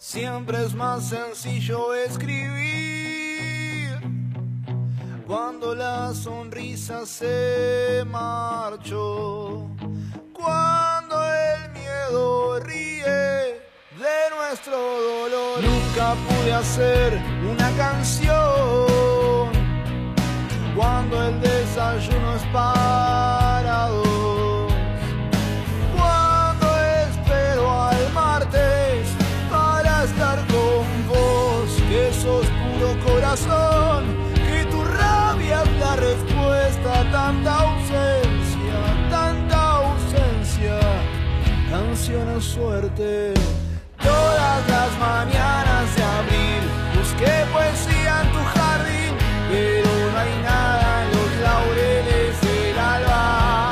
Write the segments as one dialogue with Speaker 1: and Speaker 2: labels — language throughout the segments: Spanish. Speaker 1: Siempre es más sencillo escribir cuando la sonrisa se marchó, cuando el miedo ríe de nuestro dolor. Nunca pude hacer una canción cuando el desayuno es para dos. Cuando espero al martes para estar con vos, que sos puro corazón, que tu rabia es la respuesta a tanta ausencia, tanta ausencia. Canción a suerte, todas las mañanas de abril busqué poesía en tu jardín, pero no hay nada en los laureles del alba.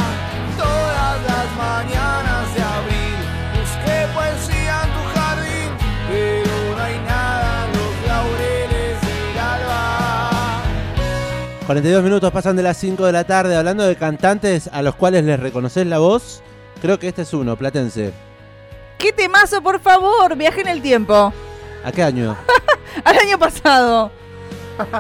Speaker 1: Todas las mañanas de abril busqué poesía en tu jardín, pero no hay nada en los laureles del alba.
Speaker 2: 42 minutos pasan de las 5 de la tarde hablando de cantantes a los cuales les reconoces la voz. Creo que este es uno, Platense.
Speaker 3: ¡Qué temazo, por favor! Viajé en el tiempo.
Speaker 2: ¿A qué año?
Speaker 3: Al año pasado.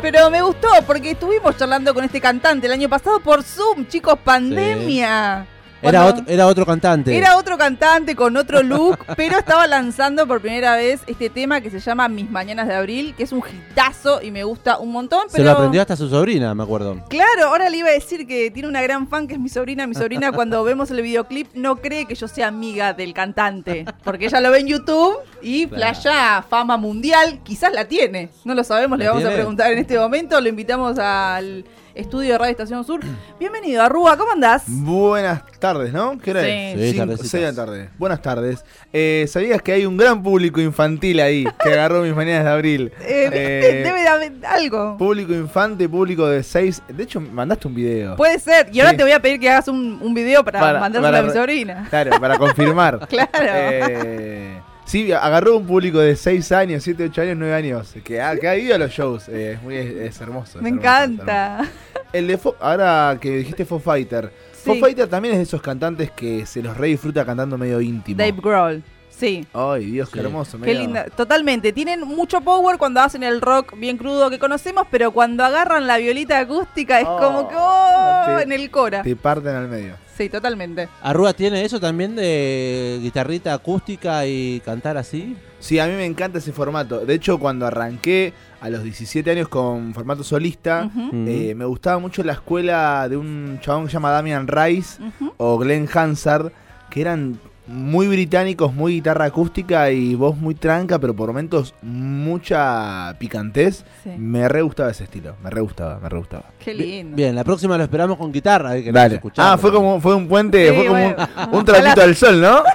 Speaker 3: Pero me gustó porque estuvimos charlando con este cantante el año pasado por Zoom, chicos, pandemia.
Speaker 2: Era
Speaker 3: Cuando-
Speaker 2: otro, este- era otro cantante.
Speaker 3: Era otro cantante con otro look, pero estaba lanzando por primera vez este tema que se llama Mis Mañanas de Abril, que es un hitazo y me gusta un montón. Pero...
Speaker 2: Se lo aprendió hasta su sobrina, me acuerdo.
Speaker 3: Claro, ahora le iba a decir que tiene una gran fan que es mi sobrina. Mi sobrina cuando vemos el videoclip no cree que yo sea amiga del cantante, porque ella lo ve en YouTube y
Speaker 2: Claro.
Speaker 3: playa fama mundial, quizás la tiene. No lo sabemos, le
Speaker 2: ¿La
Speaker 3: vamos a
Speaker 2: tiene?
Speaker 3: preguntar en este momento. Lo invitamos al estudio de Radio Estación Sur. Bienvenido, Arrúa, ¿cómo andás? Eh,
Speaker 1: Buenas tardes, ¿no? ¿Qué hora
Speaker 3: Sí.
Speaker 1: es?
Speaker 2: Sí,
Speaker 1: Cinco-
Speaker 2: tardecitas.
Speaker 1: seis de la tarde. Buenas tardes. Eh, ¿Sabías que hay un gran público infantil ahí que agarró mis mañanas de abril?
Speaker 3: Eh,
Speaker 1: Eh,
Speaker 3: Debe de haber algo.
Speaker 1: Público infante, público de 6. De hecho, mandaste un video.
Speaker 3: Puede ser. Y ahora
Speaker 1: Sí.
Speaker 3: te voy a pedir que hagas un, un video para,
Speaker 1: Para-
Speaker 3: mandárselo
Speaker 1: para
Speaker 3: a mi
Speaker 1: re-
Speaker 3: sobrina.
Speaker 1: Claro, para confirmar.
Speaker 3: Claro.
Speaker 1: Eh, sí, agarró un público de 6 años, 7, 8 años, 9 años. Que ha, que ha ido a los shows. Eh, es, muy, es, es hermoso. es hermoso, es
Speaker 3: me
Speaker 1: hermoso.
Speaker 3: encanta.
Speaker 1: El de Fo- Ahora que dijiste Foo Fighter. Foo
Speaker 3: Sí.
Speaker 1: Fighter también es de esos cantantes que se los re disfruta cantando medio íntimo.
Speaker 3: Dave Grohl. Sí.
Speaker 1: Ay, Dios, qué
Speaker 2: Sí.
Speaker 1: hermoso.
Speaker 3: Qué
Speaker 1: medio-
Speaker 3: linda, totalmente. Tienen mucho power cuando hacen el rock bien crudo que conocemos, pero cuando agarran la violita acústica es
Speaker 1: Oh,
Speaker 3: como que oh,
Speaker 1: te-
Speaker 3: en el cora.
Speaker 1: Te parten al medio.
Speaker 3: Sí, totalmente.
Speaker 2: ¿Arrua tiene eso también de guitarrita acústica y cantar así?
Speaker 1: Sí, a mí me encanta ese formato. De hecho, cuando arranqué a los 17 años con formato solista,
Speaker 3: Ujú,
Speaker 2: Mm.
Speaker 1: eh, me gustaba mucho la escuela de un chabón que se llama Damian Rice
Speaker 3: ujú.
Speaker 1: o Glenn Hansard, que eran muy británicos, muy guitarra acústica y voz muy tranca, pero por momentos mucha picantez.
Speaker 3: Sí.
Speaker 1: Me re gustaba ese estilo, me re gustaba, me re gustaba.
Speaker 3: Qué lindo.
Speaker 2: Bien, la próxima lo esperamos con guitarra. eh, que nos
Speaker 1: Dale.
Speaker 2: escuchamos.
Speaker 1: Ah, fue como fue un puente,
Speaker 3: Sí,
Speaker 1: fue como
Speaker 3: bueno.
Speaker 1: un, un trapito al sol, ¿no?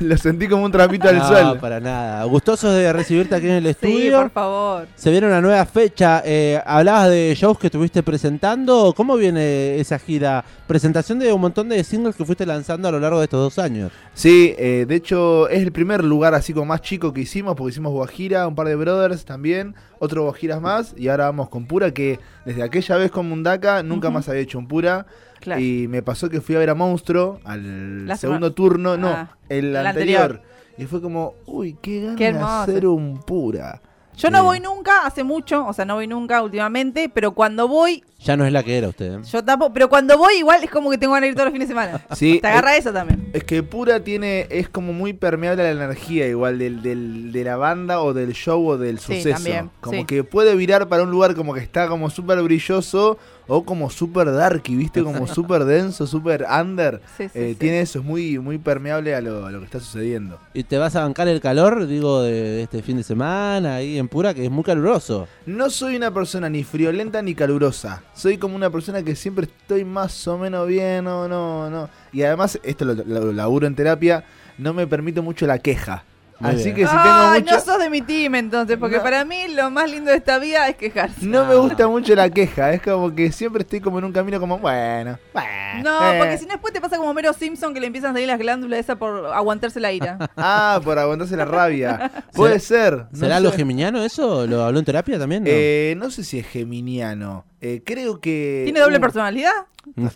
Speaker 1: Lo sentí como un trapito al
Speaker 2: No,
Speaker 1: sol.
Speaker 2: para nada. Gustosos de recibirte aquí en el
Speaker 3: Sí,
Speaker 2: estudio.
Speaker 3: por favor.
Speaker 2: Se viene una nueva fecha. eh, hablabas de shows que estuviste presentando. ¿Cómo viene esa gira? Presentación de un montón de singles que fuiste lanzando a lo largo de estos dos años.
Speaker 1: Sí, eh, de hecho es el primer lugar así como más chico que hicimos, porque hicimos Guajira, un par de Brothers también, otro Guajiras más, y ahora vamos con Pura, que desde aquella vez con Mundaka nunca
Speaker 3: Ujú.
Speaker 1: más había hecho un Pura.
Speaker 3: Claro.
Speaker 1: Y me pasó que fui a ver a Monstruo al
Speaker 3: La
Speaker 1: segundo turno, no,
Speaker 3: Ah,
Speaker 1: el,
Speaker 3: el
Speaker 1: anterior.
Speaker 3: anterior.
Speaker 1: Y fue como, uy, qué ganas
Speaker 3: Qué
Speaker 1: de
Speaker 3: hermoso.
Speaker 1: hacer un Pura.
Speaker 3: Yo no
Speaker 1: Bien.
Speaker 3: voy nunca, hace mucho, o sea, no voy nunca últimamente, pero cuando voy,
Speaker 2: Ya no es la que era usted. ¿eh?
Speaker 3: yo tampoco, pero cuando voy igual es como que tengo ganas de ir todos los fines de semana.
Speaker 1: Sí, eh,
Speaker 3: Te agarra eso también.
Speaker 1: Es que Pura tiene, es como muy permeable a la energía igual del, del- de la banda o del show o del
Speaker 3: Sí,
Speaker 1: suceso.
Speaker 3: también,
Speaker 1: como
Speaker 3: sí.
Speaker 1: que puede virar para un lugar como que está como súper brilloso o como súper darky, viste, como súper denso, súper under.
Speaker 3: Sí, sí,
Speaker 1: Eh,
Speaker 3: sí.
Speaker 1: Tiene eso, es muy, muy permeable a lo, a lo que está sucediendo.
Speaker 2: ¿Y te vas a bancar el calor, digo, de este fin de semana ahí en Pura, que es muy caluroso?
Speaker 1: No soy una persona ni friolenta ni calurosa. Soy como una persona que siempre estoy más o menos bien, no, no, no. Y además, esto lo, lo laburo en terapia, no me permito mucho la queja.
Speaker 2: Muy
Speaker 1: Así
Speaker 2: bien.
Speaker 1: que si tengo
Speaker 3: Ay,
Speaker 1: mucha...
Speaker 3: no sos de mi team entonces, porque
Speaker 1: No.
Speaker 3: para mí lo más lindo de esta vida es quejarse.
Speaker 1: No me gusta mucho la queja, es como que siempre estoy como en un camino como, bueno, bueno.
Speaker 3: No,
Speaker 1: eh.
Speaker 3: porque si no después te pasa como Mero Simpson que le empiezan a salir las glándulas esa por aguantarse la ira.
Speaker 1: Ah, por aguantarse la rabia. Puede ser. no
Speaker 2: ¿Será
Speaker 1: sé.
Speaker 2: lo geminiano eso? ¿Lo habló en terapia también? no?
Speaker 1: Eh, no sé si es geminiano. Eh, creo que...
Speaker 3: ¿Tiene doble
Speaker 1: Uh,
Speaker 3: personalidad?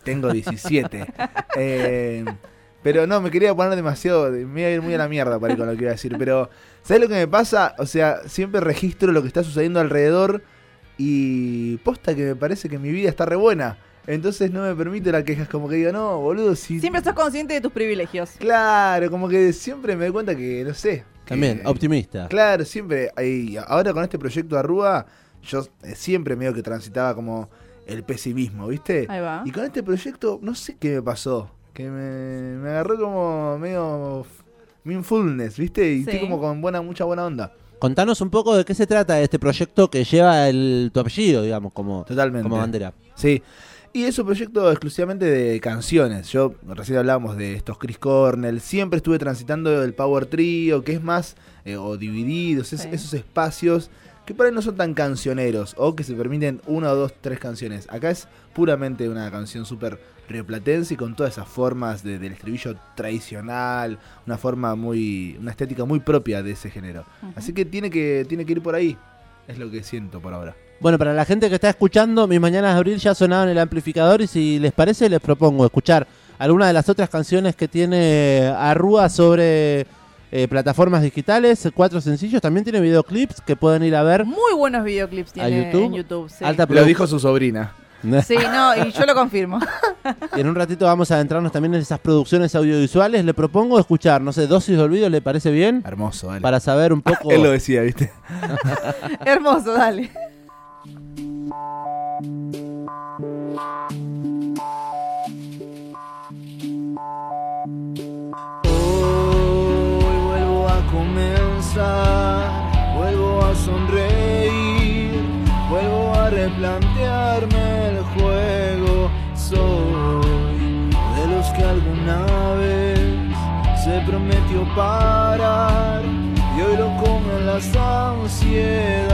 Speaker 1: Tengo 17. Eh, Pero no, me quería poner demasiado. Me iba a ir muy a la mierda para ir con lo que iba a decir. Pero, ¿sabes lo que me pasa? O sea, siempre registro lo que está sucediendo alrededor. Y posta que me parece que mi vida está re buena. Entonces no me permite la queja. Es como que digo, no, boludo, si.
Speaker 3: Siempre sos consciente de tus privilegios.
Speaker 1: Claro, como que siempre me doy cuenta que, no sé. que-
Speaker 2: También, optimista.
Speaker 1: Claro, siempre. ahí, ahora con este proyecto Arrúa, yo eh, siempre medio que transitaba como el pesimismo, ¿viste?
Speaker 3: Ahí va.
Speaker 1: Y con este proyecto, no sé qué me pasó. Que me, me agarró como medio f- mindfulness, ¿viste? Y
Speaker 3: Sí.
Speaker 1: estoy como con buena, mucha buena onda.
Speaker 2: Contanos un poco de qué se trata este proyecto que lleva el, tu apellido, digamos, como,
Speaker 1: Totalmente.
Speaker 2: como bandera.
Speaker 1: Sí. Y es un proyecto exclusivamente de canciones. Yo recién hablábamos de estos Chris Cornell. Siempre estuve transitando el Power Trio, que es más, eh, o divididos, es-
Speaker 3: Sí.
Speaker 1: esos espacios que por ahí no son tan cancioneros, o que se permiten una, dos, tres canciones. Acá es puramente una canción súper rioplatense y con todas esas formas de- del estribillo tradicional, una forma muy, una estética muy propia de ese género.
Speaker 3: Ujú.
Speaker 1: Así que tiene que, tiene que ir por ahí. Es lo que siento por ahora.
Speaker 2: Bueno, para la gente que está escuchando, mis mañanas de abril ya sonaban en el amplificador y si les parece les propongo escuchar alguna de las otras canciones que tiene Arrúa sobre eh, plataformas digitales, cuatro sencillos, también tiene videoclips que pueden ir a ver.
Speaker 3: Muy buenos videoclips tiene
Speaker 2: YouTube?
Speaker 3: en YouTube. Sí.
Speaker 2: Alta
Speaker 1: Lo
Speaker 2: produ-
Speaker 1: dijo su sobrina.
Speaker 3: Sí, no, y yo lo confirmo.
Speaker 2: Y en un ratito vamos a adentrarnos también en esas producciones audiovisuales. Le propongo escuchar, no sé, dosis de olvido, ¿le parece bien?
Speaker 1: Hermoso, Ah, dale.
Speaker 2: Para saber un poco...
Speaker 1: Él lo decía, ¿viste?
Speaker 3: Hermoso, dale.
Speaker 1: Hoy vuelvo a comenzar, vuelvo a sonreír, vuelvo a replantearme el juego. Soy de los que alguna vez se prometió parar y hoy lo comen las ansiedades.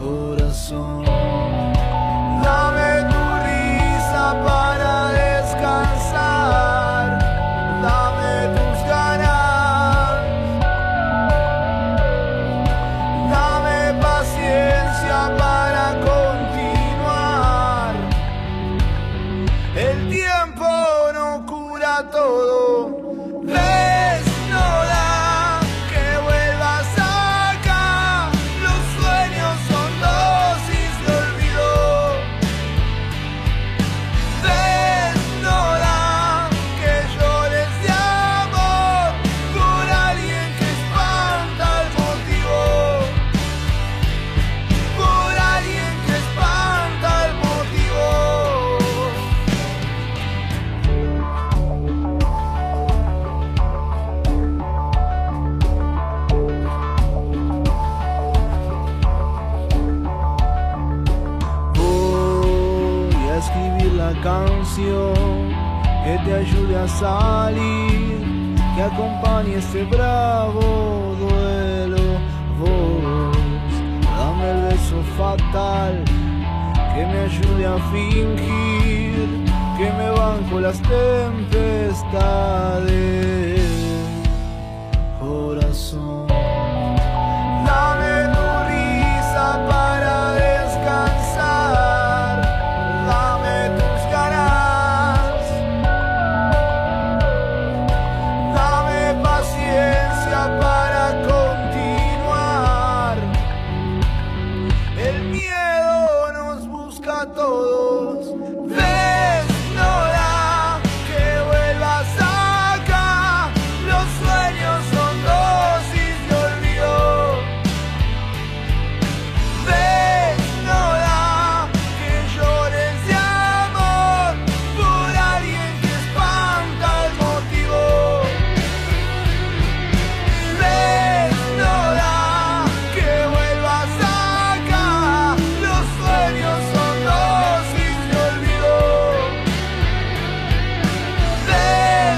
Speaker 1: Corazón. Dame tu risa para descansar. Dame tus ganas. Dame paciencia para continuar. El tiempo no cura todo. Ves, no da que vuelvas acá. Los sueños son dosis de olvido. Desnora que llores de amor por alguien que espanta el motivo, por alguien que espanta el motivo. Voy a escribir la canción que te ayude a salir, que acompañe este bravo duelo. Vos, dame el beso fatal que me ayude a fingir que me banco las tempestades. Corazón. Dame tu risa para descansar, dame tus ganas, dame paciencia para continuar. El miedo nos busca a todos. Ves, Nora, que vuelvas acá. Los sueños son dosis de olvido. Ves, Nora, que llores de amor por alguien que espanta el motivo. Desnora que vuelvas acá, los sueños son dosis de olvido.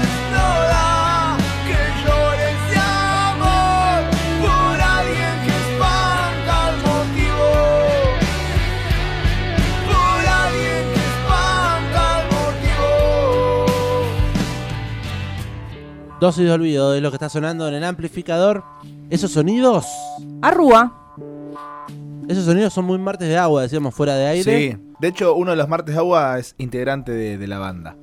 Speaker 1: Desnora que llores de amor por alguien que espanta el motivo, por alguien que espanta el motivo.
Speaker 2: Dosis de olvido de lo que está sonando en el amplificador. Esos sonidos,
Speaker 3: Arrúa.
Speaker 2: esos sonidos son muy martes de agua, decíamos fuera de aire.
Speaker 1: Sí, de hecho uno de los martes de agua es integrante de, de la banda.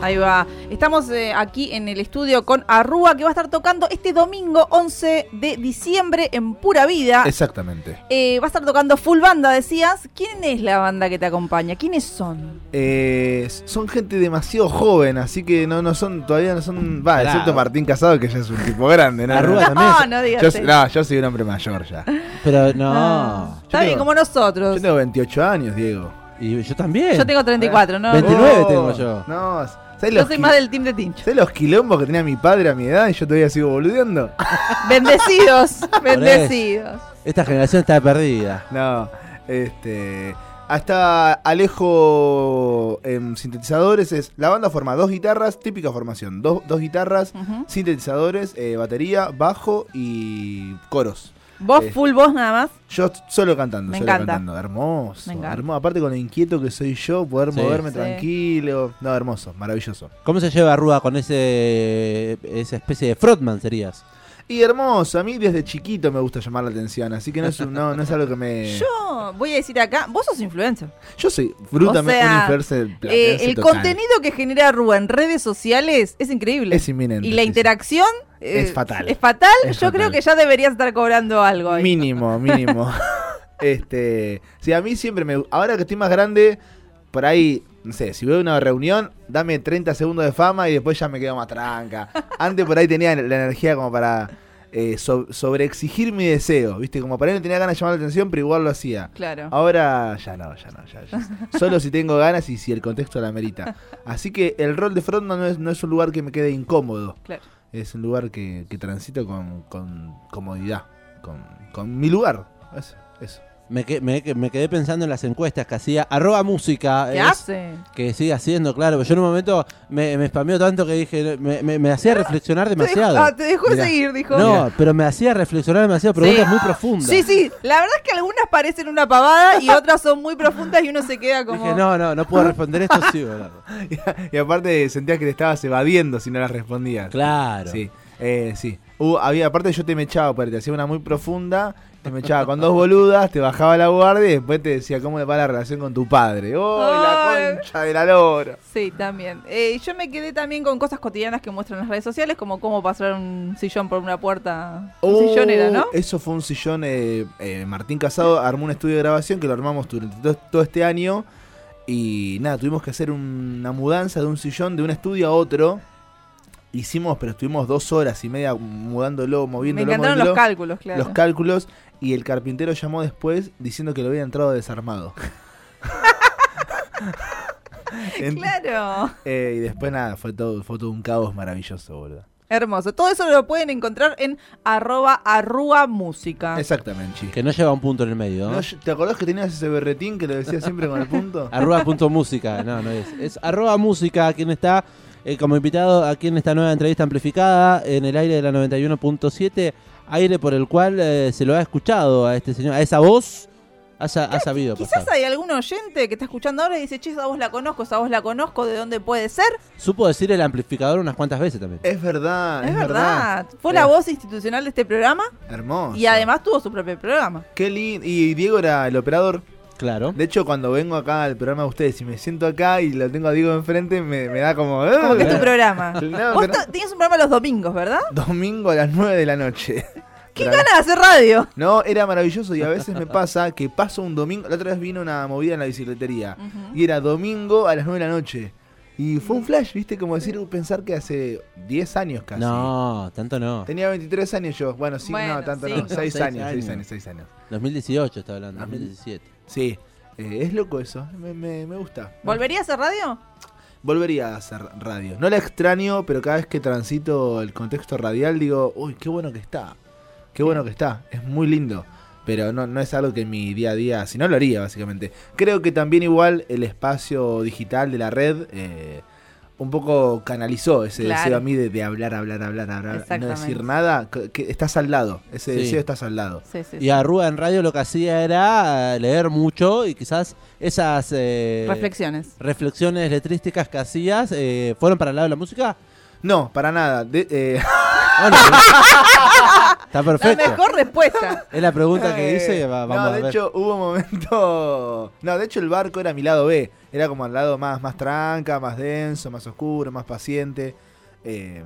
Speaker 3: Ahí va. Estamos eh, aquí en el estudio con Arrúa, que va a estar tocando este domingo 11 de diciembre en Pura Vida.
Speaker 1: Ah, Exactamente.
Speaker 3: Eh, va a estar tocando full banda, decías. ¿Quién es la banda que te acompaña? ¿Quiénes son?
Speaker 1: Eh, son gente demasiado joven, así que no, no son, todavía no son. Va,
Speaker 2: Claro.
Speaker 1: excepto Martín Casado, que ya es un tipo grande, ¿no?
Speaker 2: Arruga
Speaker 1: No,
Speaker 2: también.
Speaker 3: Ah, No, no digas.
Speaker 1: Yo,
Speaker 3: eso.
Speaker 1: no, yo soy un hombre mayor ya.
Speaker 2: Pero no.
Speaker 3: Ah, Está
Speaker 1: Yo
Speaker 3: bien,
Speaker 1: tengo-
Speaker 3: como nosotros.
Speaker 1: Yo tengo 28 años, Diego.
Speaker 2: Y yo también.
Speaker 3: Yo tengo 34, ¿no?
Speaker 2: 20. 29 Ah, tengo yo.
Speaker 1: No, ¿sabes
Speaker 3: Yo
Speaker 1: los,
Speaker 3: soy
Speaker 1: qui-
Speaker 3: más del team de Tincho.
Speaker 1: sabés los quilombos que tenía mi padre a mi edad y yo todavía sigo boludeando?
Speaker 3: Bendecidos, bendecidos.
Speaker 2: Esta generación está perdida.
Speaker 1: No, este. Hasta Alejo en sintetizadores es. La banda forma dos guitarras, típica formación. Dos, dos guitarras,
Speaker 3: Ujú.
Speaker 1: sintetizadores, eh, batería, bajo y coros.
Speaker 3: Vos,
Speaker 1: Eh.
Speaker 3: full vos nada más.
Speaker 1: Yo solo cantando,
Speaker 3: Me
Speaker 1: solo
Speaker 3: encanta.
Speaker 1: cantando. Hermoso,
Speaker 3: Me encanta.
Speaker 1: hermoso. Aparte con lo inquieto que soy yo, poder
Speaker 2: Sí.
Speaker 1: moverme
Speaker 3: Sí.
Speaker 1: tranquilo. No, hermoso, maravilloso.
Speaker 2: ¿Cómo se lleva Rúa con ese esa especie de frontman serías?
Speaker 1: Y hermoso, a mí desde chiquito me gusta llamar la atención, así que no es, un- no, no es algo que me...
Speaker 3: Yo voy a decir acá, vos sos influencer.
Speaker 1: Yo soy brutamente
Speaker 3: O sea,
Speaker 1: un influencer
Speaker 3: Eh,
Speaker 1: platense
Speaker 3: el
Speaker 1: total.
Speaker 3: contenido que genera Rúa en redes sociales es increíble.
Speaker 1: Es inminente.
Speaker 3: y
Speaker 1: sí,
Speaker 3: la
Speaker 1: sí.
Speaker 3: interacción eh,
Speaker 1: Es fatal.
Speaker 3: Es fatal.
Speaker 1: Es
Speaker 3: Yo
Speaker 1: fatal.
Speaker 3: creo que ya deberías estar cobrando algo ahí.
Speaker 1: Mínimo, mínimo. este, sí, a mí siempre me ahora que estoy más grande, por ahí, no sé, si veo una reunión, dame 30 segundos de fama y después ya me quedo más tranca. Antes por ahí tenía la energía como para eh, so- sobreexigir mi deseo, ¿viste? Como para ahí no tenía ganas de llamar la atención, pero igual lo hacía.
Speaker 3: Claro.
Speaker 1: Ahora ya no, ya no, ya, ya. Solo si tengo ganas y si el contexto la merita. Así que el rol de frontman no es, no es un lugar que me quede incómodo.
Speaker 3: Claro.
Speaker 1: Es un lugar que, que transito con, con comodidad, con, con mi lugar. Eso, eso.
Speaker 2: Me, que- me, que- me quedé pensando en las encuestas que hacía arroba música.
Speaker 3: ¿Qué
Speaker 2: es-
Speaker 3: hace?
Speaker 2: Que sigue haciendo, claro. Yo en un momento me, me spameó tanto que dije, me, me- me hacía reflexionar
Speaker 3: Te
Speaker 2: demasiado.
Speaker 3: dejó, ah, te dejó
Speaker 1: Mirá.
Speaker 3: seguir, dijo.
Speaker 2: No, pero me hacía reflexionar demasiado, preguntas muy profundas.
Speaker 3: Sí, sí. La verdad es que algunas parecen una pavada y otras son muy profundas y uno se queda como.
Speaker 2: Dije, no, no, no puedo responder esto, sí, boludo.
Speaker 1: Y, aparte sentías que te estabas evadiendo si no la respondías.
Speaker 2: Claro.
Speaker 1: Sí, eh, sí. Hubo- había, aparte yo te me echaba, aparte, te hacía una muy profunda, te me echaba con dos boludas, te bajaba la guardia y después te decía cómo le va la relación con tu padre. ¡Oh, la
Speaker 3: Ay.
Speaker 1: concha de la lora!
Speaker 3: Sí, también. Eh, yo me quedé también con cosas cotidianas que muestran las redes sociales, como cómo pasar un sillón por una puerta. Un
Speaker 1: Oh,
Speaker 3: sillón era, ¿no?
Speaker 1: Eso fue un sillón. eh, eh, Martín Casado armó un estudio de grabación que lo armamos durante to- todo, este año. Y nada, tuvimos que hacer un- una mudanza de un sillón de un estudio a otro. Hicimos, pero estuvimos dos horas y media mudándolo,
Speaker 3: Me
Speaker 1: moviéndolo.
Speaker 3: encantaron
Speaker 1: moviéndolo,
Speaker 3: los cálculos, claro.
Speaker 1: los cálculos. Y el carpintero llamó después diciendo que lo había entrado desarmado. En-
Speaker 3: Claro.
Speaker 1: eh, y después nada, fue todo, fue todo un caos maravilloso, boludo.
Speaker 3: Hermoso. Todo eso lo pueden encontrar en arroba arrua música.
Speaker 1: Exactamente, chicos.
Speaker 2: Que no lleva un punto en el medio.
Speaker 1: No, ¿Te acordás que tenías ese berretín que lo decía siempre con el punto?
Speaker 2: Arroba punto música, no, no es. Es arroba música, quien está eh, como invitado aquí en esta nueva entrevista amplificada en el aire de la 91.7, aire por el cual eh, se lo ha escuchado a este señor, a esa voz, ha, sa- ha sabido pasar.
Speaker 3: Quizás hay algún oyente que está escuchando ahora y dice, che, esa voz la conozco, esa voz la conozco, ¿de dónde puede ser?
Speaker 2: Supo decir el amplificador unas cuantas veces también.
Speaker 1: Es verdad, Ah, es,
Speaker 3: es verdad. Fue la
Speaker 1: Eh.
Speaker 3: voz institucional de este programa
Speaker 1: Hermoso.
Speaker 3: y además tuvo su propio programa.
Speaker 1: Qué lindo. Y Diego era el operador.
Speaker 2: Claro.
Speaker 1: De hecho, cuando vengo acá al programa de ustedes y me siento acá y lo tengo a Diego enfrente, me, me da como. "Eh".
Speaker 3: Como que es tu
Speaker 2: Claro.
Speaker 3: programa.
Speaker 1: Claro,
Speaker 3: Vos
Speaker 1: pero-
Speaker 3: to- tenías un programa los domingos, ¿verdad?
Speaker 1: Domingo a las 9 de la noche.
Speaker 3: ¿Qué
Speaker 1: Pero-
Speaker 3: ganas de hacer radio?
Speaker 1: No, era maravilloso y a veces me pasa que paso un domingo. La otra vez vino una movida en la bicicletería
Speaker 3: Ujú.
Speaker 1: y era domingo a las 9 de la noche. Y fue un flash, ¿viste? Como decir, pensar que hace 10 años casi. Eh,
Speaker 2: No, tanto no.
Speaker 1: Tenía 23 años yo. Bueno, sí,
Speaker 3: Bueno,
Speaker 1: no, tanto
Speaker 3: sí.
Speaker 1: no. 6
Speaker 2: Ah. Seis
Speaker 1: años, 6
Speaker 2: años.
Speaker 1: años, 6 años.
Speaker 2: 2018 está hablando,
Speaker 1: Ah,
Speaker 2: 2017.
Speaker 1: Sí, eh, es loco eso. Me, me- me gusta.
Speaker 3: ¿Volverías a hacer radio?
Speaker 1: Volvería a hacer radio. No la extraño, pero cada vez que transito el contexto radial digo, uy, qué bueno que está. Qué bueno que está. Es muy lindo. Pero no, no es algo que en mi día a día, si no lo haría, básicamente. Creo que también igual el espacio digital de la red eh, un poco canalizó ese
Speaker 3: Claro.
Speaker 1: deseo a mí de, de hablar, hablar, hablar, hablar, y no
Speaker 3: Exactamente.
Speaker 1: decir nada. Que, que estás al lado. Ese
Speaker 2: Sí.
Speaker 1: deseo estás al lado.
Speaker 3: Sí, sí.
Speaker 2: Y Arruga en radio lo que hacía era eh, leer mucho y quizás esas eh,
Speaker 3: Reflexiones.
Speaker 2: reflexiones letrísticas que hacías eh, fueron para el lado de la música.
Speaker 1: No, para nada. De- eh,
Speaker 2: Ah, no, Está perfecto.
Speaker 3: La mejor respuesta.
Speaker 2: Es la pregunta que hice. va-
Speaker 1: Eh, No,
Speaker 2: vamos a
Speaker 1: de
Speaker 2: ver.
Speaker 1: hecho hubo un momento. No, de hecho el barco era mi lado B. Era como al lado más, más tranca, más denso, más oscuro, más paciente. Eh,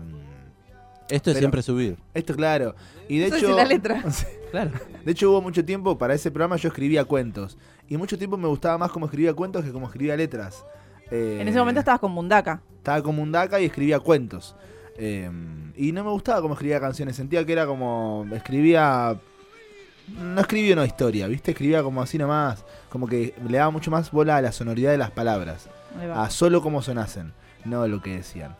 Speaker 2: Esto es
Speaker 1: pero-
Speaker 2: siempre subir.
Speaker 1: esto claro. Y de
Speaker 3: Eso es
Speaker 1: hecho.
Speaker 3: la letra.
Speaker 2: Claro.
Speaker 1: De hecho, hubo mucho tiempo, para ese programa yo escribía cuentos. Y mucho tiempo me gustaba más cómo escribía cuentos que cómo escribía letras. Eh,
Speaker 3: En ese momento estabas con Mundaka.
Speaker 1: Estaba como un daca y escribía cuentos. Eh, y no me gustaba cómo escribía canciones. Sentía que era como. Escribía. No escribía una historia, ¿viste? Escribía como así nomás. Como que le daba mucho más bola a la sonoridad de las palabras.
Speaker 3: Ahí va.
Speaker 1: A solo cómo sonasen, no lo que decían.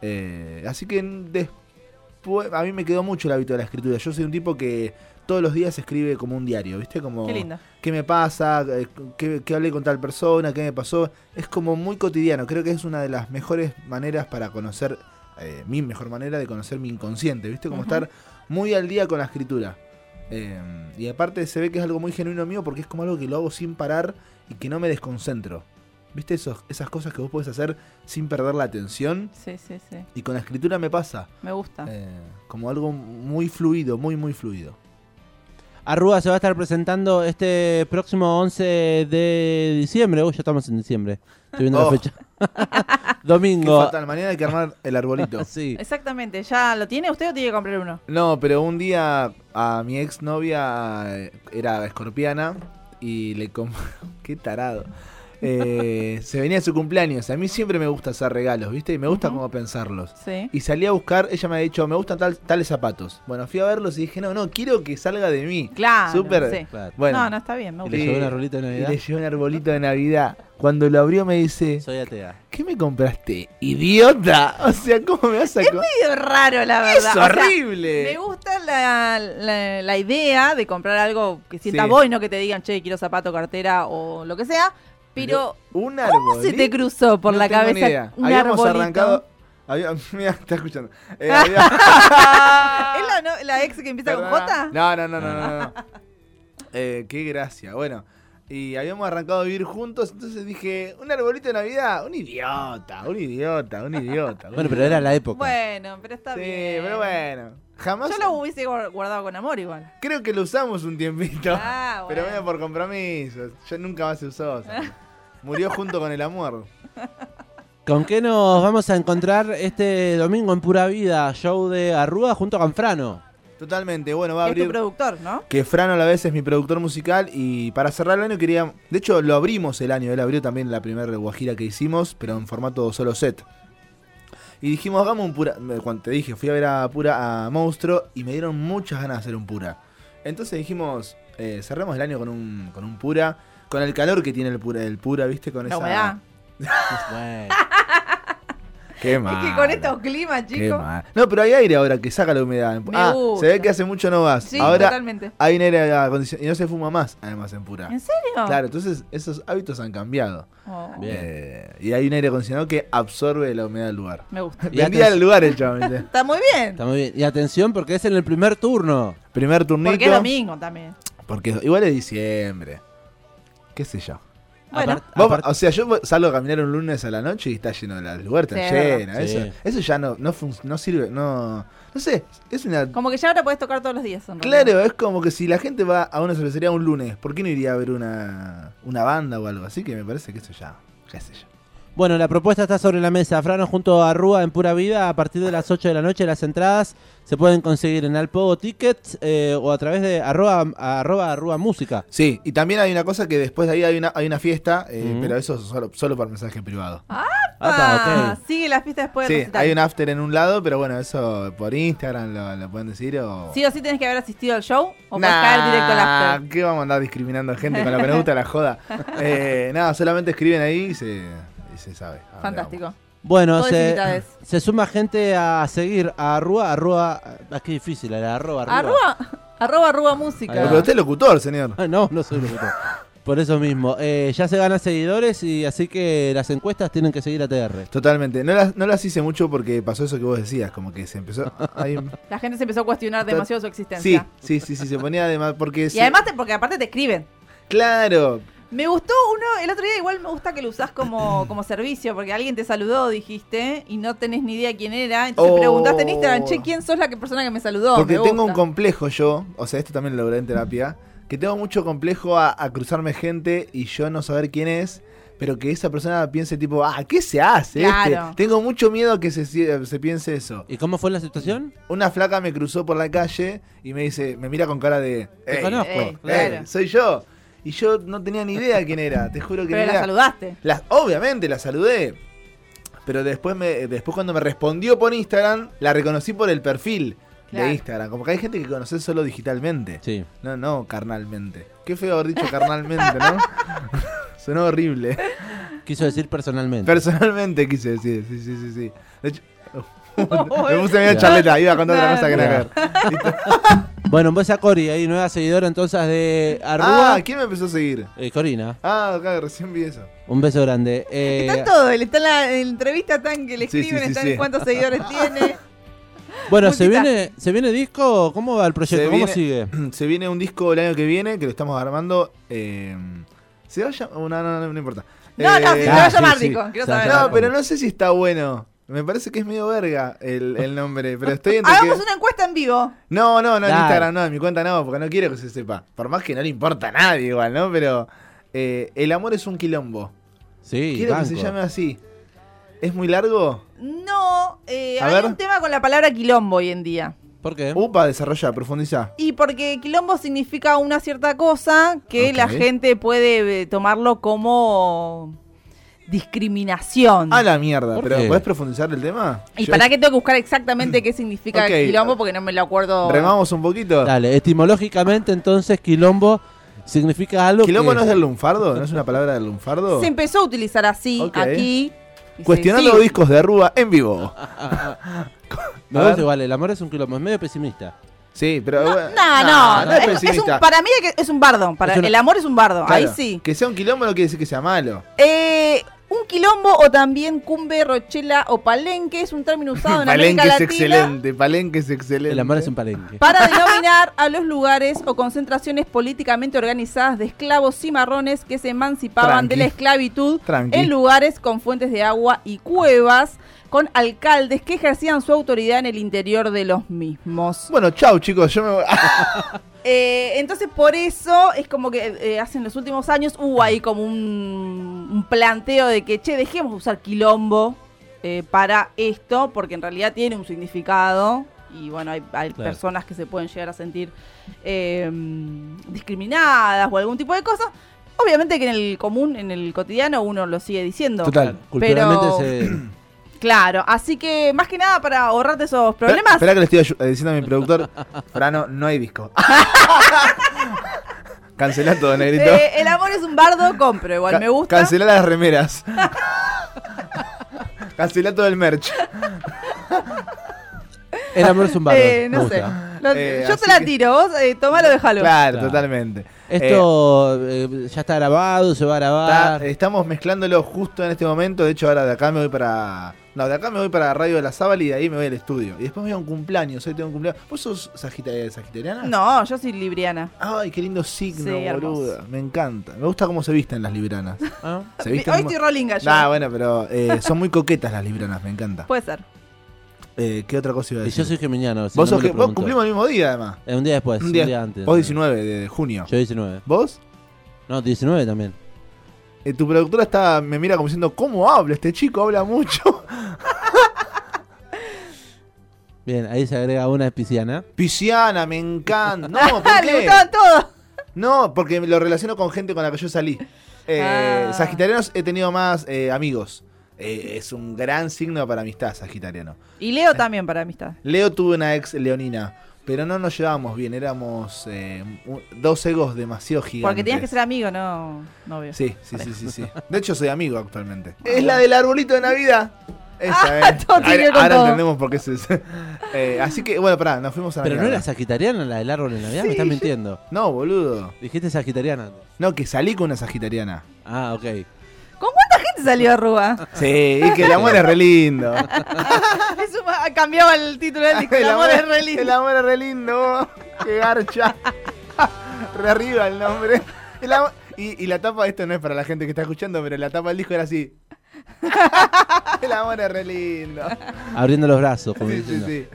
Speaker 1: Eh, así que después. A mí me quedó mucho el hábito de la escritura. Yo soy un tipo que todos los días escribe como un diario, ¿viste? Como
Speaker 3: Qué lindo.
Speaker 1: qué me pasa, Eh, qué, qué hablé con tal persona, qué me pasó. Es como muy cotidiano. Creo que es una de las mejores maneras para conocer, eh, mi mejor manera de conocer mi inconsciente, ¿viste? Como
Speaker 3: Ujú.
Speaker 1: estar muy al día con la escritura. Eh, y aparte se ve que es algo muy genuino mío porque es como algo que lo hago sin parar y que no me desconcentro. ¿Viste? Esos, esas cosas que vos podés hacer sin perder la atención.
Speaker 3: Sí, sí, sí.
Speaker 1: Y con la escritura me pasa.
Speaker 3: Me gusta.
Speaker 1: Eh, como algo muy fluido, muy, muy fluido.
Speaker 2: Arruga se va a estar presentando este próximo 11 de diciembre. Uy, ya estamos en diciembre. Estoy viendo la
Speaker 1: Oh.
Speaker 2: fecha.
Speaker 1: Qué
Speaker 2: Domingo.
Speaker 1: fatal, mañana hay que armar el arbolito.
Speaker 2: Sí.
Speaker 3: Exactamente. ¿Ya lo tiene usted o tiene que comprar uno?
Speaker 1: No, pero un día a mi exnovia eh, era escorpiana y le compré... Qué tarado. Eh, se venía su cumpleaños. A mí siempre me gusta hacer regalos, ¿viste? Y me gusta
Speaker 3: Ujú.
Speaker 1: como pensarlos.
Speaker 3: Sí.
Speaker 1: Y salí a buscar, ella me ha dicho, me gustan tal- tales zapatos. Bueno, fui a verlos y dije, no, no, quiero que salga de mí.
Speaker 3: Claro.
Speaker 1: Súper.
Speaker 3: sí.
Speaker 2: Claro.
Speaker 1: Este. Bueno,
Speaker 3: No, no está bien. Me
Speaker 2: Y
Speaker 3: gusta.
Speaker 2: le
Speaker 1: Sí.
Speaker 2: llevé una rolita de
Speaker 1: y
Speaker 2: Navidad.
Speaker 1: le llevé un arbolito de Navidad. Cuando lo abrió me dice,
Speaker 2: Soy atea.
Speaker 1: ¿qué me compraste? ¡Idiota! O sea, ¿cómo me vas a... co-
Speaker 3: Medio raro, la verdad. O
Speaker 1: ¡Es
Speaker 3: sea,
Speaker 1: horrible!
Speaker 3: me gusta la, la- la idea de comprar algo que sienta
Speaker 1: Sí.
Speaker 3: vos y no que te digan, che, quiero zapato, cartera o lo que sea. Pero,
Speaker 1: un
Speaker 3: ¿cómo se te
Speaker 1: arbolito?
Speaker 3: cruzó por
Speaker 1: No
Speaker 3: la
Speaker 1: tengo ni
Speaker 3: cabeza
Speaker 1: idea.
Speaker 3: un
Speaker 1: Habíamos
Speaker 3: arbolito?
Speaker 1: arrancado. había- mira, está escuchando. Eh, había-
Speaker 3: ¿Es la, no- la ex que empieza con
Speaker 1: Perdona.
Speaker 3: J?
Speaker 1: No, no, no, no, no. no. Eh, qué gracia. Bueno, y habíamos arrancado a vivir juntos, entonces dije, un arbolito de Navidad, un idiota, un idiota, un idiota. un
Speaker 2: Bueno, pero era la época.
Speaker 3: Bueno, pero está
Speaker 1: idiota. Sí,
Speaker 3: bien.
Speaker 1: pero bueno. Jamás.
Speaker 3: Yo lo hubiese gu- guardado con amor igual.
Speaker 1: Creo que lo usamos un tiempito.
Speaker 3: Ah,
Speaker 1: Pero
Speaker 3: bueno.
Speaker 1: bueno, por compromiso. Yo nunca más se usó. o sea, Murió junto con el amor.
Speaker 2: ¿Con qué nos vamos a encontrar este domingo en Pura Vida? Show de Arruga junto con Frano.
Speaker 1: Totalmente. Bueno, va a
Speaker 3: Es tu
Speaker 1: abrir.
Speaker 3: productor, ¿no?
Speaker 1: que Fran a la vez es mi productor musical y para cerrar el año quería, de hecho lo abrimos el año, él abrió también la primera guajira que hicimos, pero en formato solo set. Y dijimos, hagamos un pura, me- cuando te dije, fui a ver a pura a Monstruo y me dieron muchas ganas de hacer un pura. Entonces dijimos, eh, cerramos el año con un, con un pura, con el calor que tiene el pura, el pura ¿viste? Con
Speaker 3: La
Speaker 1: esa...
Speaker 3: humedad.
Speaker 2: Bueno.
Speaker 1: Qué
Speaker 3: Es que
Speaker 1: malo,
Speaker 3: con estos climas,
Speaker 1: qué
Speaker 3: chicos.
Speaker 1: malo. No, pero hay aire ahora que saca la humedad.
Speaker 3: Me
Speaker 1: Ah,
Speaker 3: gusta.
Speaker 1: se ve que hace mucho no vas.
Speaker 3: Sí,
Speaker 1: ahora
Speaker 3: totalmente.
Speaker 1: hay un aire acondicionado y no se fuma más, además en pura.
Speaker 3: ¿En serio?
Speaker 1: Claro, entonces esos hábitos han cambiado.
Speaker 3: Oh,
Speaker 2: Bien.
Speaker 1: Eh, y hay un aire acondicionado que absorbe la humedad del lugar.
Speaker 3: me gusta.
Speaker 2: Y
Speaker 1: Vendía
Speaker 2: atención-
Speaker 1: el lugar el chabón, ¿viste?
Speaker 3: Está muy bien.
Speaker 2: Está muy bien. Y atención porque es en el primer turno.
Speaker 1: Primer turnito.
Speaker 3: Porque es domingo también.
Speaker 1: porque es- igual es diciembre. ¿Qué sé yo?
Speaker 3: Bueno.
Speaker 2: Apart-
Speaker 1: Vos-
Speaker 2: apart-
Speaker 1: o sea, yo salgo a caminar un lunes a la noche y está lleno de la el lugar, está
Speaker 3: Sí, es
Speaker 1: lleno.
Speaker 2: verdad.
Speaker 1: Eso,
Speaker 2: Sí.
Speaker 1: eso ya no, no, fun- no sirve, no. No sé, es una.
Speaker 3: Como que ya ahora puedes tocar todos los días. en realidad.
Speaker 1: Claro, es como que si la gente va a una cervecería un lunes, ¿por qué no iría a ver una, una banda o algo? Así que me parece que eso ya, qué sé yo.
Speaker 2: Bueno, la propuesta está sobre la mesa. Frano junto a Rúa en Pura Vida a partir de las 8 de la noche. Las entradas se pueden conseguir en Alpogo Tickets eh, o a través de arroba, arroba Arrúa Música.
Speaker 1: Sí, y también hay una cosa que después de ahí hay una, hay una fiesta, eh,
Speaker 2: Ujú.
Speaker 1: pero eso solo, solo por mensaje privado.
Speaker 2: Apa,
Speaker 3: Ah,
Speaker 2: ok.
Speaker 3: Sigue la fiesta después del
Speaker 1: sí,
Speaker 3: recital.
Speaker 1: hay un after en un lado, pero bueno, eso por Instagram lo, lo pueden decir o...
Speaker 3: Sí o sí tenés que haber asistido al show o podés
Speaker 1: Nah,
Speaker 3: caer directo al after.
Speaker 1: ¿Qué vamos a andar discriminando a gente con lo que nos gusta la joda? Eh, nada, solamente escriben ahí y se, y se sabe. a dónde
Speaker 3: Fantástico.
Speaker 2: Bueno,
Speaker 3: Todas
Speaker 2: se,
Speaker 3: invitadas.
Speaker 2: se suma gente a seguir a Arrúa, Arrúa. Ah, qué difícil, era Arroba, Arrúa.
Speaker 3: Arroba, arroba, arroba
Speaker 2: Ahí
Speaker 1: vamos.
Speaker 2: va.
Speaker 3: música.
Speaker 1: Pero usted es locutor, señor.
Speaker 2: Ah, no, no soy locutor. Por eso mismo. Eh, ya se ganan seguidores y así que las encuestas tienen que seguir a TR.
Speaker 1: Totalmente. No las, no las hice mucho porque pasó eso que vos decías, como que se empezó... ahí-
Speaker 3: La gente se empezó a cuestionar demasiado su
Speaker 1: sí,
Speaker 3: existencia.
Speaker 1: sí, sí, sí, se ponía además porque...
Speaker 3: Y además, te- porque aparte te escriben.
Speaker 1: Claro.
Speaker 3: Me gustó uno, el otro día igual me gusta que lo usás como, como servicio, porque alguien te saludó, dijiste, y no tenés ni idea quién era. Entonces
Speaker 1: Oh.
Speaker 3: preguntaste en Instagram, che, ¿quién sos la que- persona que me saludó?
Speaker 1: Porque
Speaker 3: Me
Speaker 1: tengo un
Speaker 3: gusta.
Speaker 1: complejo yo, o sea, esto también lo logré en terapia, que tengo mucho complejo a, a cruzarme gente y yo no saber quién es, pero que esa persona piense tipo, ah, ¿qué se hace? este?".
Speaker 3: Claro.
Speaker 1: Tengo mucho miedo a que se, si- se piense eso.
Speaker 2: ¿Y cómo fue la situación?
Speaker 1: Una flaca me cruzó por la calle y me dice, me mira con cara de,
Speaker 2: Te
Speaker 1: "Ey,
Speaker 2: conozco.
Speaker 3: ey,
Speaker 1: ey,
Speaker 2: claro.
Speaker 1: soy yo. Y yo no tenía ni idea quién era, te juro que
Speaker 3: Pero
Speaker 1: ni
Speaker 3: la
Speaker 1: idea.
Speaker 3: saludaste.
Speaker 1: Las- obviamente la saludé. Pero después me después cuando me respondió por Instagram, la reconocí por el perfil
Speaker 3: Claro.
Speaker 1: de Instagram. Como que hay gente que conoces solo digitalmente.
Speaker 2: Sí.
Speaker 1: No, no, carnalmente. Qué feo haber dicho carnalmente, ¿no? Sonó horrible.
Speaker 2: Quiso decir personalmente.
Speaker 1: Personalmente quise decir. Sí, sí, sí, sí. De hecho, me
Speaker 3: Uy.
Speaker 1: puse medio
Speaker 2: Ya.
Speaker 1: charleta, iba a contar otra
Speaker 3: No,
Speaker 1: cosa que nada
Speaker 2: mira.
Speaker 1: que ver.
Speaker 2: Bueno, un beso a Cori, ahí nueva seguidora entonces de Arrua.
Speaker 1: Ah, ¿quién me empezó a seguir?
Speaker 2: Eh, Corina,
Speaker 1: Ah, acá recién vi eso.
Speaker 2: un beso grande. Eh,
Speaker 3: Está todo, él está en la, en la entrevista tan que le
Speaker 1: Sí, sí,
Speaker 3: escriben,
Speaker 1: sí,
Speaker 3: están
Speaker 1: sí. Eh,
Speaker 3: en cuántos seguidores tiene.
Speaker 2: bueno, ¿se
Speaker 3: multitask.
Speaker 2: viene, ¿se viene disco? ¿Cómo va el proyecto?
Speaker 1: Se
Speaker 2: ¿Cómo
Speaker 1: viene-
Speaker 2: sigue?
Speaker 1: Se viene un disco el año que viene, que lo estamos armando. eh, ¿Se va a llamar? No, no, no, no importa.
Speaker 3: No, no,
Speaker 1: Eh,
Speaker 3: se va a
Speaker 2: ah,
Speaker 3: llamar,
Speaker 2: sí,
Speaker 3: Nico.
Speaker 2: sí.
Speaker 3: Quiero
Speaker 2: Se va a
Speaker 3: saber.
Speaker 2: llamar.
Speaker 1: No, pero no sé si está bueno. Me parece que es medio verga el, el nombre, pero estoy entre que...
Speaker 3: Hagamos una encuesta en vivo.
Speaker 1: No, no, no, en
Speaker 2: Dale.
Speaker 1: Instagram no, en mi cuenta no, porque no quiero que se sepa. Por más que no le importa a nadie igual, ¿no? Pero eh, el amor es un quilombo.
Speaker 2: Sí,
Speaker 1: quiero
Speaker 2: banco.
Speaker 1: que se llame así. ¿Es muy largo?
Speaker 3: No, eh,
Speaker 1: A
Speaker 3: hay
Speaker 1: ver.
Speaker 3: un tema con la palabra quilombo hoy en día.
Speaker 2: ¿Por qué?
Speaker 1: Upa, desarrolla, profundiza.
Speaker 3: Y porque quilombo significa una cierta cosa que
Speaker 1: Ok.
Speaker 3: la gente puede eh, tomarlo como discriminación.
Speaker 1: A Ah, la mierda,
Speaker 2: ¿Por
Speaker 1: pero
Speaker 2: qué?
Speaker 1: ¿podés profundizar el tema?
Speaker 3: Y
Speaker 1: Yo-
Speaker 3: para qué tengo que buscar exactamente qué significa
Speaker 1: Ok.
Speaker 3: quilombo porque no me lo acuerdo.
Speaker 1: ¿Remamos un poquito?
Speaker 2: Dale, etimológicamente entonces quilombo significa algo
Speaker 1: ¿Quilombo
Speaker 2: que...
Speaker 1: no es del lunfardo? ¿No es una palabra del lunfardo?
Speaker 3: Se empezó a utilizar así
Speaker 1: Ok.
Speaker 3: aquí. Y se-
Speaker 1: Cuestionando
Speaker 3: sí.
Speaker 1: discos de Arruga en vivo.
Speaker 2: Me
Speaker 1: A
Speaker 2: gusta
Speaker 1: ver.
Speaker 2: igual, el amor es un quilombo, es medio pesimista.
Speaker 1: Sí, pero... bueno,
Speaker 3: No,
Speaker 1: no,
Speaker 3: no,
Speaker 1: no es
Speaker 3: es- es un-
Speaker 1: pesimista.
Speaker 3: para mí es que- es un bardo. Para,
Speaker 2: Es una-
Speaker 3: El amor es un bardo, ahí
Speaker 1: claro,
Speaker 3: sí.
Speaker 1: Que sea un quilombo no quiere decir que sea malo.
Speaker 3: Eh, un quilombo o también cumbe, rochela o palenque es un término usado en
Speaker 1: Palenque
Speaker 3: América
Speaker 1: es
Speaker 3: Latina.
Speaker 1: excelente, Palenque es excelente.
Speaker 2: El amor es un palenque.
Speaker 3: Para denominar a los lugares o concentraciones políticamente organizadas de esclavos cimarrones que se emancipaban
Speaker 1: Tranqui.
Speaker 3: de la esclavitud
Speaker 1: Tranqui.
Speaker 3: en lugares con fuentes de agua y cuevas, con alcaldes que ejercían su autoridad en el interior de los mismos.
Speaker 1: Bueno, chau chicos, yo me voy.
Speaker 3: Eh, entonces, por eso es como que eh, hace en los últimos años hubo ahí como un, un planteo de que, che, dejemos de usar quilombo eh, para esto, porque en realidad tiene un significado. Y bueno, hay, hay
Speaker 2: Claro.
Speaker 3: personas que se pueden llegar a sentir eh, discriminadas o algún tipo de cosa. Obviamente que en el común, en el cotidiano, uno lo sigue diciendo.
Speaker 1: Total.
Speaker 2: Culturalmente
Speaker 3: Pero-
Speaker 2: se...
Speaker 3: Claro, así que más que nada para ahorrarte esos problemas.
Speaker 1: Espera que le estoy ayu- eh, diciendo a mi productor, Frano, no hay disco. Cancelá todo, negrito.
Speaker 3: eh, el amor es un bardo, compro igual,
Speaker 1: Ca-
Speaker 3: me gusta.
Speaker 1: Cancelá las remeras. Cancelá todo el merch.
Speaker 2: El amor es un bardo.
Speaker 3: Eh,
Speaker 2: me
Speaker 3: no sé.
Speaker 2: gusta.
Speaker 3: Lo-
Speaker 1: Eh,
Speaker 3: yo
Speaker 1: así
Speaker 3: te la
Speaker 1: que-
Speaker 3: tiro, vos eh, tomalo, déjalo.
Speaker 1: Claro,
Speaker 2: Claro.
Speaker 1: totalmente. Eh,
Speaker 2: Esto eh, ya está grabado, se va a
Speaker 1: está- eh.
Speaker 2: grabar.
Speaker 1: estamos mezclándolo justo en este momento. De hecho, ahora de acá me voy para. No, de acá me voy para Radio de la Sábala y de ahí me voy al estudio. Y después me voy a un cumpleaños. Hoy tengo un cumpleaños. ¿Vos sos sagita- eh, sagitariana?
Speaker 3: No, yo soy libriana.
Speaker 1: Ay, qué lindo signo,
Speaker 3: Sí, hermoso.
Speaker 1: boluda. Me encanta. Me gusta cómo se visten las libranas.
Speaker 2: Ah.
Speaker 1: Se
Speaker 3: Hoy
Speaker 1: visten mu-
Speaker 3: estoy rolinga yo.
Speaker 1: Nah, bueno, pero eh, son muy coquetas las libranas, me encanta.
Speaker 3: Puede ser.
Speaker 1: Eh, ¿Qué otra cosa iba a
Speaker 2: Y
Speaker 1: decir?
Speaker 2: yo soy geminiano. si
Speaker 1: vos,
Speaker 2: no
Speaker 1: sos que,
Speaker 2: me lo
Speaker 1: vos
Speaker 2: preguntó.
Speaker 1: cumplimos el mismo día, además.
Speaker 2: Eh, Un día después,
Speaker 1: Un día,
Speaker 2: antes.
Speaker 1: vos 19 de, de junio.
Speaker 2: Yo 19.
Speaker 1: ¿Vos?
Speaker 2: No, 19 también.
Speaker 1: Eh, tu productora está, me mira como diciendo, ¿cómo habla este chico? Habla mucho.
Speaker 2: Bien, ahí se agrega una espiciana.
Speaker 1: Pisciana, me encanta. No, ¿por
Speaker 3: Ah, Le
Speaker 1: qué?
Speaker 3: gustaban todos.
Speaker 1: No, porque lo relaciono con gente con la que yo salí. Eh,
Speaker 3: Ah.
Speaker 1: Sagitarianos he tenido más eh, amigos. Eh, es un gran signo para amistad, Sagitariano.
Speaker 3: Y Leo también para amistad.
Speaker 1: Leo tuvo una ex leonina, pero no nos llevábamos bien, éramos eh, un- dos egos demasiado gigantes.
Speaker 3: Porque tenías que ser amigo, no novio.
Speaker 1: Sí, sí, sí, sí, sí. De hecho, soy amigo actualmente. Es la del arbolito de Navidad. Esa,
Speaker 3: Ah,
Speaker 1: eh.
Speaker 3: todo
Speaker 1: ahora,
Speaker 3: tiene con
Speaker 1: ahora
Speaker 3: todo.
Speaker 1: entendemos por qué es eso. Eh, así que, bueno, pará, nos fuimos a la
Speaker 2: Pero no
Speaker 1: mierda.
Speaker 2: era sagitariana la del árbol en Navidad, me estás mintiendo.
Speaker 1: No, boludo.
Speaker 2: Dijiste sagitariana antes.
Speaker 1: No, que salí con una sagitariana.
Speaker 2: Ah, ok.
Speaker 3: ¿Con cuánta gente salió de Rúa?
Speaker 1: Sí, y que el amor es re lindo.
Speaker 3: Eso ma- cambiaba el título del disco. El amor es re lindo.
Speaker 1: El amor es re lindo. Qué garcha. Re arriba el nombre. El amor, Y, y la tapa, esto no es para la gente que está escuchando, pero la tapa del disco era así. El amor es re lindo.
Speaker 2: Abriendo los brazos, como
Speaker 1: Sí, sí,
Speaker 2: diciendo.
Speaker 1: sí.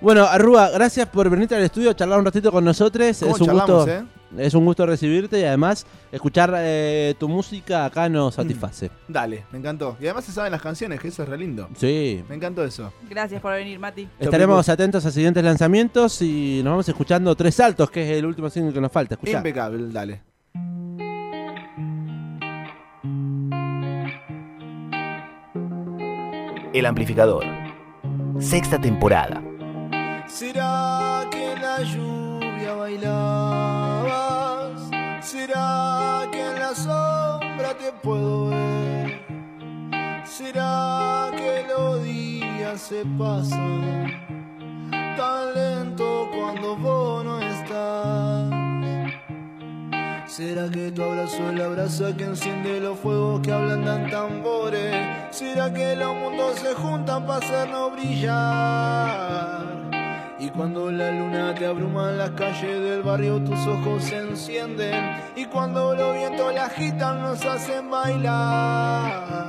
Speaker 2: Bueno, Arrúa, gracias por venirte al estudio a charlar un ratito con nosotros.
Speaker 1: ¿Cómo
Speaker 2: Es un,
Speaker 1: charlamos,
Speaker 2: gusto,
Speaker 1: eh?
Speaker 2: es un gusto recibirte y además escuchar eh, tu música acá
Speaker 1: Mm.
Speaker 2: nos satisface.
Speaker 1: Dale, me encantó. Y además se saben las canciones, que eso es re lindo.
Speaker 2: Sí.
Speaker 1: Me encantó eso.
Speaker 3: Gracias por venir, Mati.
Speaker 2: Estaremos atentos a siguientes lanzamientos y nos vamos escuchando Tres Saltos, que es el último single que nos falta. Escuchá.
Speaker 1: Impecable, dale.
Speaker 4: El amplificador. Sexta temporada.
Speaker 1: ¿Será que en la lluvia bailabas? ¿Será que en la sombra te puedo ver? ¿Será que los días se pasan tan lento cuando vos no estás? ¿Será que tu abrazo es la brasa que enciende los fuegos que ablandan tambores? ¿Será que los mundos se juntan para hacernos brillar? Y cuando la luna te abruma en las calles del barrio, tus ojos se encienden. Y cuando los vientos la agitan, nos hacen bailar.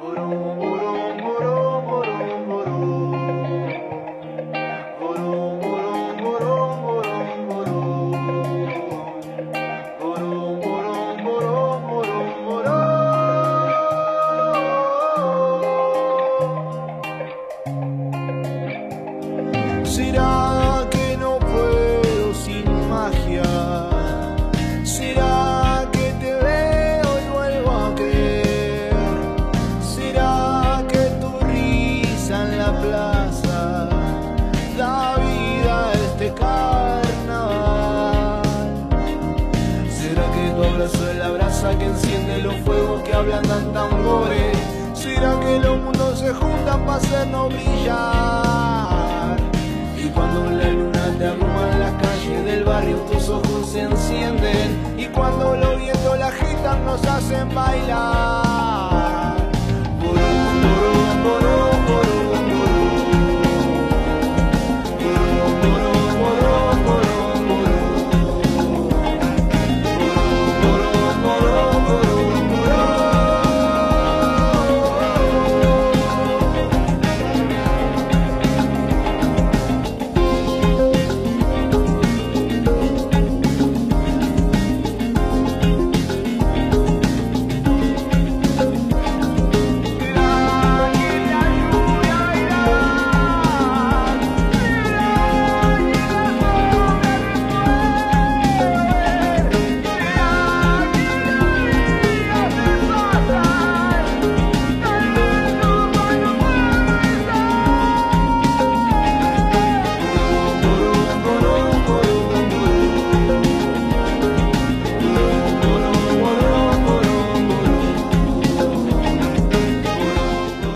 Speaker 1: Borón, borón, borón, borón, borón. Borón, borón, borón, borón, borón. Borón, borón, borón, borón, borón. Será que no puedo sin magia. Será que te veo y vuelvo a creer. Será que tu risa en la plaza da vida a este carnaval. ¿Será que tu abrazo es la brasa que enciende los fuegos que ablandan tambores? ¿Será que los mundos se juntan para hacernos brillar? Y cuando la luna te arruma en las calles del barrio, tus ojos se encienden. Y cuando los vientos la agitan, nos hacen bailar.